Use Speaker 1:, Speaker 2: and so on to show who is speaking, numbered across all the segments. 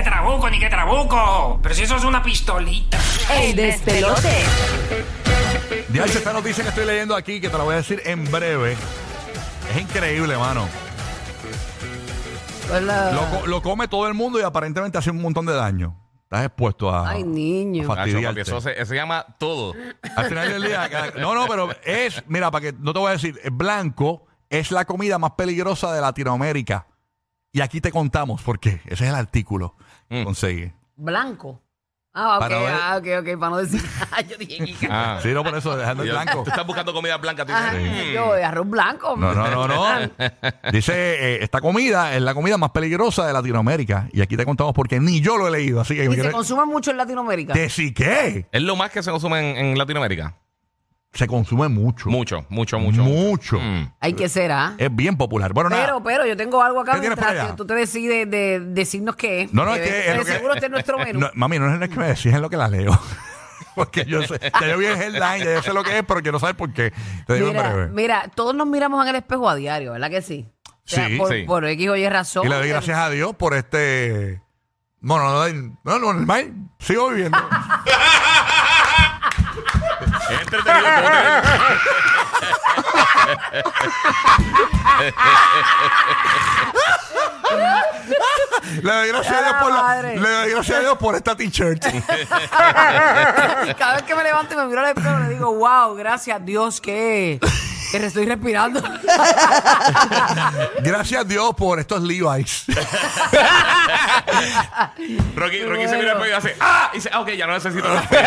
Speaker 1: trabuco, ni qué trabuco. Pero si eso es una pistolita.
Speaker 2: El despelote.
Speaker 3: De ahí esta noticia que estoy leyendo aquí, que te la voy a decir en breve. Es increíble, mano.
Speaker 2: Hola.
Speaker 3: Lo, co- lo come todo el mundo y aparentemente hace un montón de daño. Estás expuesto a.
Speaker 2: Ay, niño.
Speaker 4: Nacho,
Speaker 3: a
Speaker 4: papi,
Speaker 3: fastidiarte.
Speaker 4: eso, se, eso se llama todo.
Speaker 3: Al final del día. cada- No, no, pero es. Mira, para que no te voy a decir. Blanco es la comida más peligrosa de Latinoamérica. Y aquí te contamos por qué. Ese es el artículo que
Speaker 4: Mm.
Speaker 3: consigue.
Speaker 2: Blanco. Ah, ok,
Speaker 3: Para ver-
Speaker 2: ah, ok, ok, para no decir. yo dije, ¿qué carajo?
Speaker 4: Ah.
Speaker 3: Sí, no, por eso, dejando el
Speaker 4: Yo-
Speaker 3: blanco.
Speaker 4: Tú estás buscando comida blanca. tú
Speaker 2: Ajá,
Speaker 4: dices, "Hmm".
Speaker 2: yo, eh. de arroz blanco.
Speaker 3: No, no, no, no. Dice, eh, esta comida es la comida más peligrosa de Latinoamérica. Y aquí te contamos porque ni yo lo he leído. Así que
Speaker 2: Y
Speaker 3: me
Speaker 2: se
Speaker 3: quiero-
Speaker 2: consume mucho en Latinoamérica.
Speaker 3: ¿De si qué?
Speaker 4: Es lo más que se consume en, en Latinoamérica.
Speaker 3: Se consume mucho.
Speaker 4: Mucho, mucho, mucho.
Speaker 3: Mucho.
Speaker 4: Mm.
Speaker 2: Hay que ser, ¿ah?
Speaker 3: Es bien popular. Bueno, nada.
Speaker 2: Pero, pero, yo tengo algo acá
Speaker 3: Eh, ¿Qué tienes por
Speaker 2: mientras
Speaker 3: allá?
Speaker 2: que tú te decides de decirnos qué es.
Speaker 3: No, no, es
Speaker 2: De-
Speaker 3: que- es
Speaker 2: de
Speaker 3: lo que-
Speaker 2: seguro este es nuestro menú.
Speaker 3: No, mami, no es lo que me decís, es lo que la leo. Porque yo sé, ya yo vi el headline, ya yo sé lo que es, pero quiero saber por qué. Te digo en
Speaker 2: Mira,
Speaker 3: breve.
Speaker 2: mira, todos nos miramos en el espejo a diario, ¿verdad que sí?
Speaker 3: Sí,
Speaker 2: por,
Speaker 4: sí.
Speaker 2: por X o Y razón.
Speaker 3: Y le doy gracias a Dios por este. Bueno, no, no, no, normal. Sigo viviendo.
Speaker 4: Es entretenido, como te-
Speaker 3: Le doy gracias a Dios por la,
Speaker 2: Madre.
Speaker 3: Le doy gracias a Dios por esta t-shirt.
Speaker 2: Y Cada vez que me levanto y me miro al espejo, le digo, wow, gracias a Dios que, que estoy respirando.
Speaker 3: Gracias a Dios por estos Levi's.
Speaker 4: Rocky, Rocky
Speaker 2: Bueno.
Speaker 4: se mira al espejo y hace ¡Ah! Y dice, ah, ok, ya no necesito café.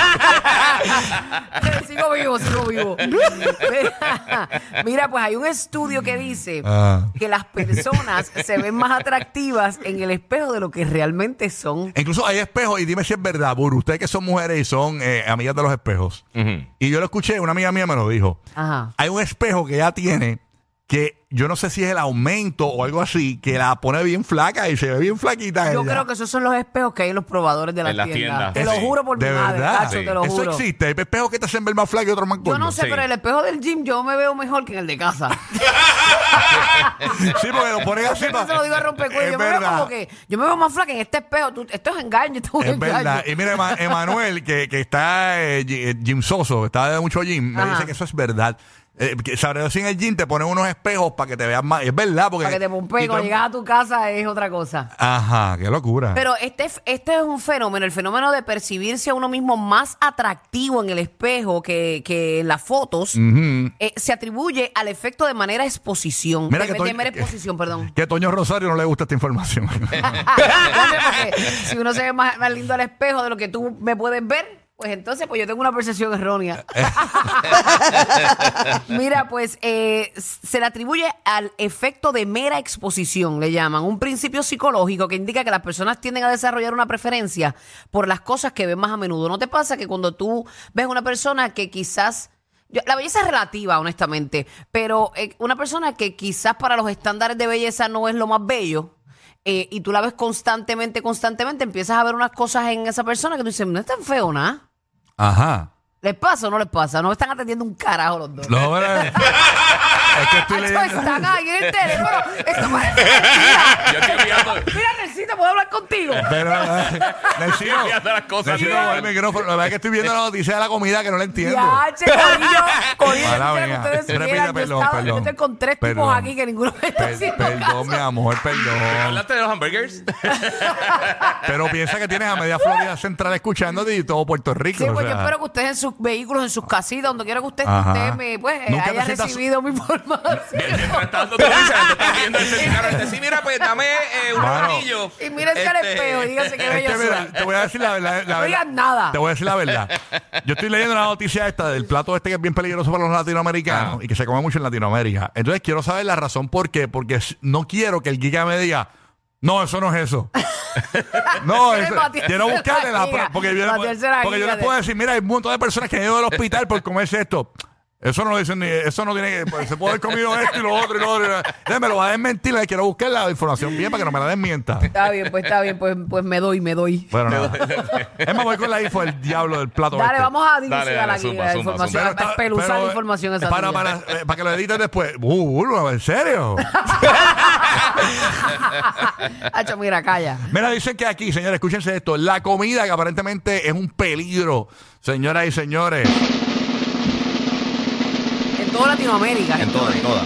Speaker 2: sigo vivo, sigo vivo. Mira, mira, pues hay un estudio que dice
Speaker 3: Ah.
Speaker 2: que las personas se ven más atractivas en el espejo de lo que realmente son.
Speaker 3: Incluso hay espejos, y dime si es verdad, Buru, ustedes que son mujeres y son eh, amigas de los espejos.
Speaker 4: Ujú.
Speaker 3: Y yo lo escuché, una amiga mía me lo dijo.
Speaker 2: Ajá.
Speaker 3: Hay un espejo que ya tiene que yo no sé si es el aumento o algo así, que la pone bien flaca y se ve bien flaquita.
Speaker 2: Yo
Speaker 3: ella. Eh,
Speaker 2: creo que esos son los espejos que hay en los probadores de las,
Speaker 4: En las tiendas,
Speaker 2: tiendas. Te lo
Speaker 4: sí.
Speaker 2: juro por mi
Speaker 3: de
Speaker 2: madre,
Speaker 3: verdad.
Speaker 2: Cacho, te lo
Speaker 3: Eso
Speaker 2: juro.
Speaker 3: existe. Hay espejos que te hacen ver más flaca y otros más
Speaker 2: Yo
Speaker 3: gordos.
Speaker 2: no sé,
Speaker 4: Sí.
Speaker 2: pero el espejo del gym yo me veo mejor que en el de casa.
Speaker 3: Sí, porque lo ponen así.
Speaker 2: Eso
Speaker 3: pa-
Speaker 2: se lo digo a rompecuello.
Speaker 3: Es
Speaker 2: Yo me veo
Speaker 3: verdad.
Speaker 2: como que yo me veo más flaca en este espejo. Tú- esto es engaño, esto es un
Speaker 3: Es verdad.
Speaker 2: engaño.
Speaker 3: Y mira, Ema- Emanuel, que, que está eh, gi- eh, Jim Soso, está de mucho Jim, me
Speaker 2: Ajá.
Speaker 3: dice que eso es verdad. Eh, que sobre todo en el gym te ponen unos espejos para que te veas más. Y Es verdad, porque.
Speaker 2: Para que te
Speaker 3: pues, y
Speaker 2: pompees,
Speaker 3: todo
Speaker 2: cuando
Speaker 3: el-
Speaker 2: llegas a tu casa es otra cosa.
Speaker 3: Ajá, qué locura.
Speaker 2: Pero este, f- este es un fenómeno, el fenómeno de percibirse a uno mismo más atractivo en el espejo que, que en las fotos, eh, se atribuye al efecto de manera exposición.
Speaker 3: Mira
Speaker 2: de,
Speaker 3: que
Speaker 2: de
Speaker 3: Toño-
Speaker 2: mera
Speaker 3: que-
Speaker 2: exposición, perdón. Ah,
Speaker 3: que a Toño Rosario no le gusta esta información.
Speaker 2: Porque si uno se ve más, más lindo al espejo de lo que tú me puedes ver, pues entonces pues yo tengo una percepción errónea. Mira, pues eh, se le atribuye al efecto de mera exposición, le llaman, un principio psicológico que indica que las personas tienden a desarrollar una preferencia por las cosas que ven más a menudo. ¿No te pasa que cuando tú ves una persona que quizás... yo- la belleza es relativa, honestamente, pero eh, una persona que quizás para los estándares de belleza no es lo más bello. eh, y tú la ves constantemente, constantemente, empiezas a ver unas cosas en esa persona que tú dices, no es tan feo, nada.
Speaker 3: Ajá.
Speaker 2: ¿Les pasa o no les pasa? No están atendiendo un carajo los dos.
Speaker 3: No, pero. es que estoy
Speaker 2: Acho,
Speaker 3: leyendo.
Speaker 2: están ahí en el teléfono. Esto parece mentira.
Speaker 4: Yo estoy enviando,
Speaker 2: Mira, Necita, ¿puedo hablar contigo?
Speaker 3: Pero. eh, Necesito.
Speaker 4: enviando las cosas.
Speaker 3: Necesito mover el micrófono. La verdad es que estoy viendo la noticia de la comida que no la entiendo.
Speaker 2: Eh. Ya, che, corillo, corillo, yo quisiera
Speaker 3: Mala mía.
Speaker 2: que ustedes supieran,
Speaker 3: Repita,
Speaker 2: yo
Speaker 3: perdón,
Speaker 2: estaba-
Speaker 3: perdón.
Speaker 2: Yo estoy con tres tipos
Speaker 3: Perdón.
Speaker 2: aquí que ninguno me está
Speaker 3: Per-
Speaker 2: haciendo
Speaker 3: perdón, mi
Speaker 2: caso.
Speaker 3: amor, perdón.
Speaker 4: ¿Hablaste de los hamburgers?
Speaker 3: Pero piensa que tienes a media Florida Central escuchándote y todo Puerto
Speaker 2: Sí,
Speaker 3: Rico. o
Speaker 2: pues yo
Speaker 3: sea.
Speaker 2: espero que ustedes en sus vehículos, en sus casitas, donde quiera que usted,
Speaker 3: Ajá.
Speaker 2: usted me, pues, eh,
Speaker 3: Nunca te
Speaker 2: haya
Speaker 3: sientas-
Speaker 2: recibido mi información.
Speaker 4: Mientras tanto, tú dices, tú estás viendo el celular. dice, Sí, mira, pues dame eh, un
Speaker 3: Mano.
Speaker 4: anillo.
Speaker 2: Y mírense al
Speaker 4: Este,
Speaker 2: espejo y díganse qué
Speaker 3: Es
Speaker 2: bello
Speaker 3: que mira,
Speaker 2: soy.
Speaker 3: te voy a decir la verdad. la
Speaker 2: No
Speaker 3: verdad.
Speaker 2: digas nada.
Speaker 3: Te voy a decir la verdad. Yo estoy leyendo la noticia esta del plato este que es bien peligroso para los
Speaker 2: Ah.
Speaker 3: latinoamericanos y que se come mucho en Latinoamérica. Entonces quiero saber la razón por qué. Porque s- no quiero que el guía me diga, no, eso no es eso. no,
Speaker 2: Quiere
Speaker 3: eso-
Speaker 2: batirse
Speaker 3: quiero
Speaker 2: la
Speaker 3: buscarle la,
Speaker 2: guía,
Speaker 3: prueba. Porque yo, le puedo-
Speaker 2: batirse la
Speaker 3: porque yo
Speaker 2: guía
Speaker 3: le puedo
Speaker 2: de-
Speaker 3: decir, mira, hay un montón de personas que han ido al hospital por comerse esto. Eso no lo dicen ni. Eso no tiene que. pues, se puede haber comido esto y lo otro y lo otro. y lo otro. Eh, Me lo va a desmentir. le Quiero buscar la información bien para que no me la desmienta.
Speaker 2: Está bien, pues está bien, pues, pues me doy, me doy.
Speaker 3: Bueno, nada. Es más, voy con la info del diablo del plato.
Speaker 2: Dale,
Speaker 3: este.
Speaker 2: vamos a dilucidar
Speaker 4: Dale, dale,
Speaker 2: aquí
Speaker 4: zumba,
Speaker 2: la
Speaker 4: zumba,
Speaker 2: información,
Speaker 4: zumba.
Speaker 2: a
Speaker 3: está-
Speaker 2: espeluzar
Speaker 3: pero,
Speaker 2: la información
Speaker 3: eh,
Speaker 2: esa
Speaker 3: para,
Speaker 2: tuya.
Speaker 3: para, eh, para que lo edites después. Uh, uh, ¿En serio?
Speaker 2: Hacho, mira, calla.
Speaker 3: Mira, dicen que aquí, señores, escúchense esto. La comida que aparentemente es un peligro, señoras y señores.
Speaker 2: En toda Latinoamérica.
Speaker 5: En toda, en toda.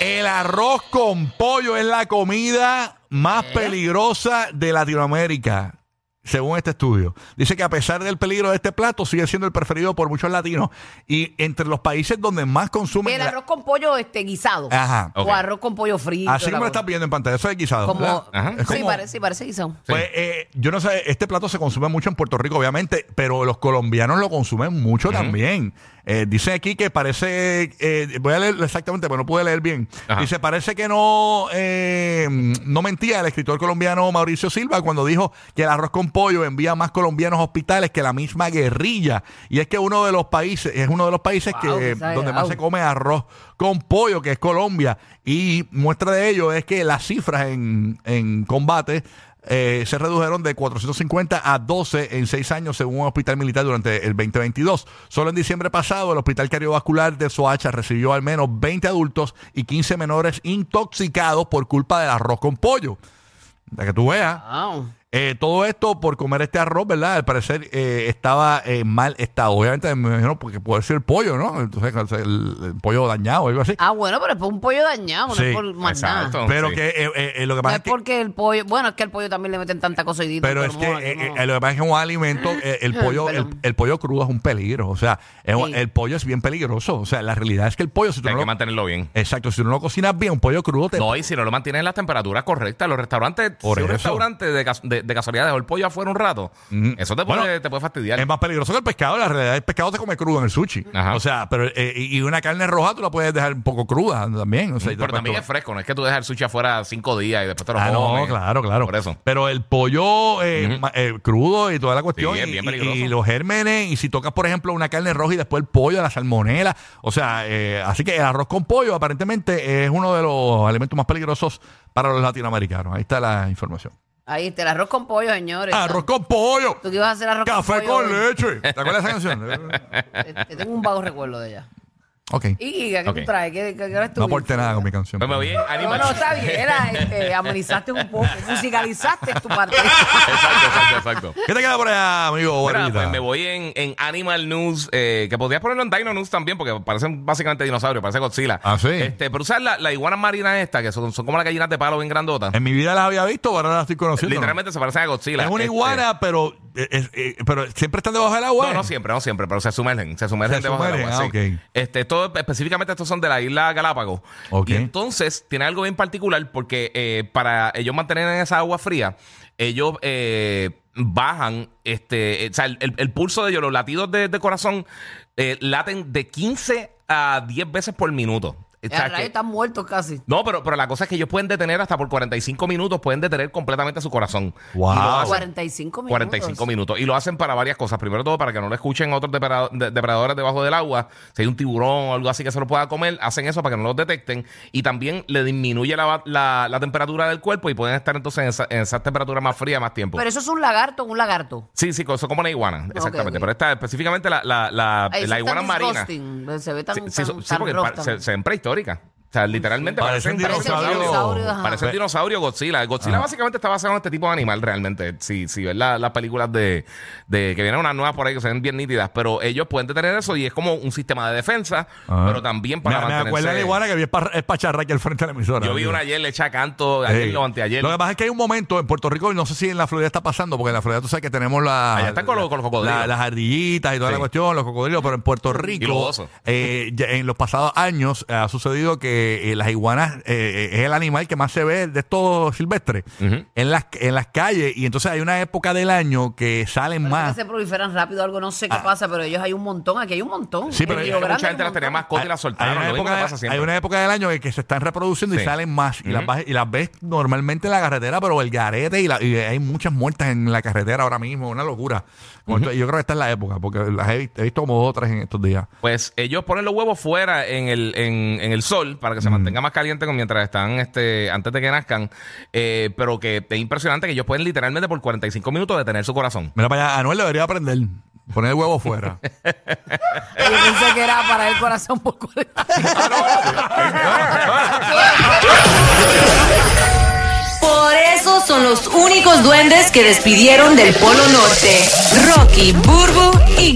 Speaker 3: El arroz con pollo es la comida más
Speaker 2: Eh.
Speaker 3: peligrosa de Latinoamérica, según este estudio. Dice que a pesar del peligro de este plato, sigue siendo el preferido por muchos latinos. Y entre los países donde más consumen...
Speaker 2: El
Speaker 3: la-
Speaker 2: arroz con pollo este guisado.
Speaker 3: Ajá.
Speaker 2: O
Speaker 5: Ok.
Speaker 2: arroz con pollo frito.
Speaker 3: Así
Speaker 2: la
Speaker 3: como lo
Speaker 2: cosa.
Speaker 3: estás viendo en pantalla, eso es guisado. ¿verdad?
Speaker 2: Como,
Speaker 5: Ajá.
Speaker 3: Es
Speaker 2: Sí,
Speaker 3: como-
Speaker 2: parece, sí, parece guisado.
Speaker 3: Pues eh, yo no sé, este plato se consume mucho en Puerto Rico, obviamente, pero los colombianos lo consumen mucho también. Eh, dice aquí que parece, eh, voy a leer exactamente, pero no pude leer bien.
Speaker 5: Ajá.
Speaker 3: Dice, parece que no, eh, no mentía el escritor colombiano Mauricio Silva cuando dijo que el arroz con pollo envía más colombianos a hospitales que la misma guerrilla. Y es que uno de los países, es uno de los países
Speaker 2: Wow,
Speaker 3: que,
Speaker 2: qué sabe,
Speaker 3: donde más
Speaker 2: wow.
Speaker 3: se come arroz con pollo, que es Colombia. Y muestra de ello es que las cifras en, en combate eh, se redujeron de 450 a 12 en 6 años, según un hospital militar durante el 2022. Solo en diciembre pasado, el Hospital Cardiovascular de Soacha recibió al menos 20 adultos y 15 menores intoxicados por culpa del arroz con pollo. Para que tú veas.
Speaker 2: Wow.
Speaker 3: Eh, todo esto por comer este arroz, ¿verdad? Al parecer eh, estaba en mal estado. Obviamente me imagino porque puede ser pollo, ¿no? Entonces o sea, el, el pollo dañado o algo así.
Speaker 2: Ah, bueno, pero es por un pollo dañado, no
Speaker 3: Sí,
Speaker 2: es por más nada.
Speaker 5: exacto.
Speaker 3: pero
Speaker 5: sí.
Speaker 3: que eh, eh, eh, lo
Speaker 2: No
Speaker 3: que pasa
Speaker 2: es
Speaker 3: es que...
Speaker 2: porque el pollo, bueno, es que el pollo también le meten tanta cosa y
Speaker 3: Pero es que
Speaker 2: hormonas,
Speaker 3: eh,
Speaker 2: no.
Speaker 3: eh, lo que pasa es que un alimento, eh, el pollo, el,
Speaker 2: Perdón.
Speaker 3: el pollo crudo es un peligro. O sea, es un-
Speaker 2: Sí.
Speaker 3: el pollo es bien peligroso. O sea, la realidad es que el pollo, si tú
Speaker 5: Hay
Speaker 3: no
Speaker 5: que
Speaker 3: lo-
Speaker 5: mantenerlo bien.
Speaker 3: Exacto, si tú no lo cocinas bien, un pollo crudo te
Speaker 5: No, y si no lo mantienes en las temperaturas correctas, los restaurantes,
Speaker 3: Por eso.
Speaker 5: si un restaurante de, cas- de- de casualidad dejó el pollo afuera un rato, eso te puede,
Speaker 3: Bueno,
Speaker 5: te puede fastidiar.
Speaker 3: Es más peligroso que el pescado. La realidad, el pescado se come crudo en el sushi.
Speaker 5: Ajá.
Speaker 3: O sea, pero eh, y y una carne roja tú la puedes dejar un poco cruda también. O sea, y te
Speaker 5: Pero también
Speaker 3: puedes
Speaker 5: es fresco, no es que tú dejas el sushi afuera cinco días y después te lo
Speaker 3: Ah, no,
Speaker 5: comes.
Speaker 3: claro, claro.
Speaker 5: Por eso.
Speaker 3: Pero el pollo eh, ma- eh, crudo y toda la cuestión.
Speaker 5: Sí, es
Speaker 3: y-
Speaker 5: bien
Speaker 3: y,
Speaker 5: peligroso.
Speaker 3: y los gérmenes. Y si tocas, por ejemplo, una carne roja y después el pollo, la salmonela. O sea, eh, así que el arroz con pollo aparentemente es uno de los alimentos más peligrosos para los latinoamericanos. Ahí está la información.
Speaker 2: Ahí está el arroz con pollo, señores.
Speaker 3: Arroz con pollo.
Speaker 2: ¿Tú qué ibas a hacer arroz
Speaker 3: Café
Speaker 2: con
Speaker 3: con
Speaker 2: pollo?
Speaker 3: leche. ¿Te acuerdas de esa canción?
Speaker 2: Eh, eh, Tengo un vago recuerdo de ella.
Speaker 3: ok.
Speaker 2: ¿Y Giga, qué
Speaker 5: Ok.
Speaker 2: tú traes? ¿Qué, qué, qué eres tú?
Speaker 3: No aporté nada con mi canción.
Speaker 5: Pues me voy en
Speaker 2: No,
Speaker 5: Animal
Speaker 2: no, está bien. Era, este, amenizaste un poco, musicalizaste tu parte.
Speaker 5: Exacto, exacto, exacto.
Speaker 3: ¿Qué te queda por allá, amigo?
Speaker 5: Mira,
Speaker 3: Barbita?
Speaker 5: pues me voy en, en Animal News, eh, que podrías ponerlo en Dino News también, porque parecen básicamente dinosaurios, parece Godzilla.
Speaker 3: Ah, sí.
Speaker 5: Este, pero usar la, la iguana marina esta, que son, son como las gallinas de palo bien grandotas.
Speaker 3: En mi vida las había visto, pero ahora las estoy conociendo.
Speaker 5: Literalmente se parecen a Godzilla.
Speaker 3: Es una
Speaker 5: Este,
Speaker 3: iguana, pero, eh, es- eh, pero siempre están debajo del agua.
Speaker 5: No, no siempre, no siempre, pero se sumergen, se
Speaker 3: Se
Speaker 5: sumergen debajo del
Speaker 3: sumergen,
Speaker 5: agua.
Speaker 3: ah,
Speaker 5: sí.
Speaker 3: ok.
Speaker 5: Este, todo, específicamente estos son de la isla Galápagos.
Speaker 3: Ok.
Speaker 5: Y entonces tiene algo bien particular porque eh, para ellos mantener en esa agua fría, ellos eh, bajan, este, eh, o sea, el, el- el pulso de ellos, los latidos de, de corazón, eh, laten de 15 a 10 veces por minuto. O sea,
Speaker 2: Ya, rayos,
Speaker 5: que-
Speaker 2: están muertos casi.
Speaker 5: no, pero, pero la cosa es que ellos pueden detener hasta por 45 minutos, pueden detener completamente su corazón.
Speaker 3: Wow.
Speaker 5: Y lo hacen-
Speaker 2: 45 minutos.
Speaker 5: 45 minutos. Ah, Y lo hacen para varias cosas. Primero todo, para que no lo escuchen otros depredado- de- depredadores debajo del agua. Si hay un tiburón o algo así que se lo pueda comer, hacen eso para que no los detecten. Y también le disminuye la, va- la- la temperatura del cuerpo y pueden estar entonces en esa, en esa temperatura más fría más tiempo.
Speaker 2: Pero eso es un lagarto, un lagarto.
Speaker 5: sí, sí, eso como una iguana. Exactamente.
Speaker 2: ok.
Speaker 5: Pero esta específicamente la, la, la,
Speaker 2: Ahí
Speaker 5: Ah, la
Speaker 2: sí
Speaker 5: iguana
Speaker 2: están
Speaker 5: marina. Sí,
Speaker 2: disgusting, Se ve tan,
Speaker 5: sí,
Speaker 2: tan-
Speaker 5: sí,
Speaker 2: tan
Speaker 5: porque
Speaker 2: rough
Speaker 5: pa- se,
Speaker 2: también.
Speaker 5: se ven prehistóricas. O sea, literalmente
Speaker 3: Parecen
Speaker 5: parecen,
Speaker 3: dinosaurios.
Speaker 2: dinosaurios, ajá.
Speaker 5: Parece un dinosaurio Godzilla. El Godzilla básicamente está basado en este tipo de animal realmente. Si, si ves la- las películas de, de que vienen unas nuevas por ahí que se ven bien nítidas, pero ellos pueden detener eso y es como un sistema de defensa,
Speaker 3: Ah.
Speaker 5: pero también para
Speaker 3: me, me
Speaker 5: mantenerse...
Speaker 3: acuerdo de la iguana que vi espa- espacharra aquí al frente de la emisora.
Speaker 5: Yo vi una ayer, le echa a canto,
Speaker 3: Ey.
Speaker 5: ayer o anteayer.
Speaker 3: Lo que pasa es que hay un momento en Puerto Rico, y no sé si en la Florida está pasando, porque en la Florida tú sabes que tenemos la,
Speaker 5: Allá están con los- con los cocodrilos.
Speaker 3: la- las ardillitas y toda
Speaker 5: Sí.
Speaker 3: la cuestión, los cocodrilos, pero en Puerto Rico,
Speaker 5: los osos.
Speaker 3: eh, ya en los pasados años eh, ha sucedido que eh, eh, las iguanas eh, eh, es el animal que más se ve de estos silvestres en, las, en las calles. Y entonces hay una época del año que salen
Speaker 2: Parece que
Speaker 3: más. Ah.
Speaker 2: se proliferan rápido, algo no sé qué pasa, pero ellos hay un montón, aquí hay un montón.
Speaker 3: Sí,
Speaker 2: En
Speaker 3: pero hay
Speaker 2: Río
Speaker 3: mucha
Speaker 2: Grande
Speaker 5: Mucha
Speaker 2: hay
Speaker 5: gente
Speaker 2: un
Speaker 5: las tenía
Speaker 2: montón.
Speaker 5: mascotas y las
Speaker 3: Hay
Speaker 5: soltaron.
Speaker 3: una,
Speaker 5: lo mismo
Speaker 3: época,
Speaker 5: que pasa
Speaker 3: de- hay
Speaker 5: siempre.
Speaker 3: una época del año en que se están reproduciendo y
Speaker 5: Sí.
Speaker 3: salen más. y, las,
Speaker 5: Ujú.
Speaker 3: vas- y las ves normalmente en la carretera, pero el garete y, la- y hay muchas muertas en la carretera ahora mismo. Una locura. Como esto- Yo creo que esta es la época, porque las he, visto- he visto como dos o tres en estos días.
Speaker 5: Pues ellos ponen los huevos fuera en el, en, en el sol para que se mantenga más caliente con- mientras están este, antes de que nazcan. Eh, pero que es impresionante que ellos pueden literalmente por 45 minutos detener su corazón.
Speaker 3: Mira para allá, Anuel debería aprender. Poner el huevo fuera.
Speaker 2: Yo pensé que era para el corazón por 40.
Speaker 6: Por eso son los únicos duendes que despidieron del Polo Norte. Rocky, Burbu y